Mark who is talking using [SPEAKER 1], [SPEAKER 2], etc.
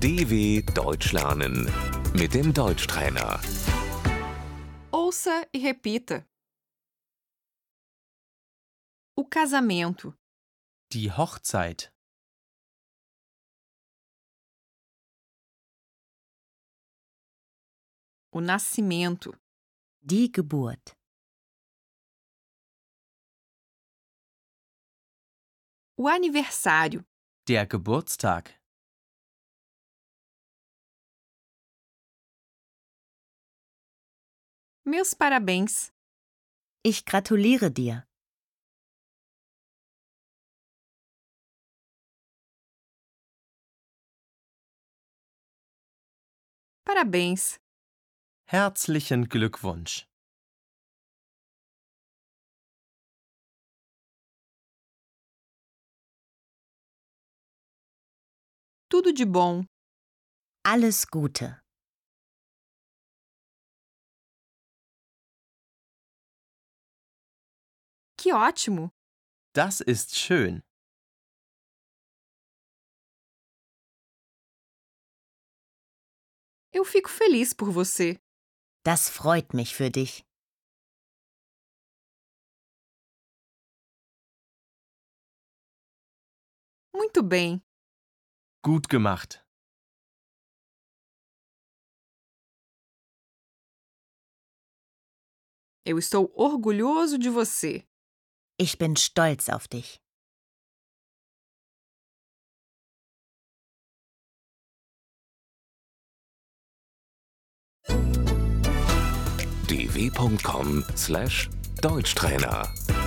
[SPEAKER 1] DW Deutsch lernen mit dem Deutschtrainer.
[SPEAKER 2] Ouça e repita. O casamento,
[SPEAKER 3] Die Hochzeit.
[SPEAKER 2] o nascimento,
[SPEAKER 4] Die Geburt.
[SPEAKER 2] o aniversário,
[SPEAKER 3] Der Geburtstag.
[SPEAKER 2] meus parabéns,
[SPEAKER 4] Ich gratuliere dir.
[SPEAKER 2] parabéns,
[SPEAKER 3] Herzlichen Glückwunsch.
[SPEAKER 2] tudo de bom.
[SPEAKER 4] Alles Gute.
[SPEAKER 2] Que ótimo!
[SPEAKER 3] Das ist schön.
[SPEAKER 2] Eu fico feliz por você.
[SPEAKER 4] Das freut mich für dich.
[SPEAKER 2] Muito bem.
[SPEAKER 3] Gut gemacht.
[SPEAKER 2] Eu estou orgulhoso de você.
[SPEAKER 4] Ich bin stolz auf dich.
[SPEAKER 1] dw.com/deutschtrainer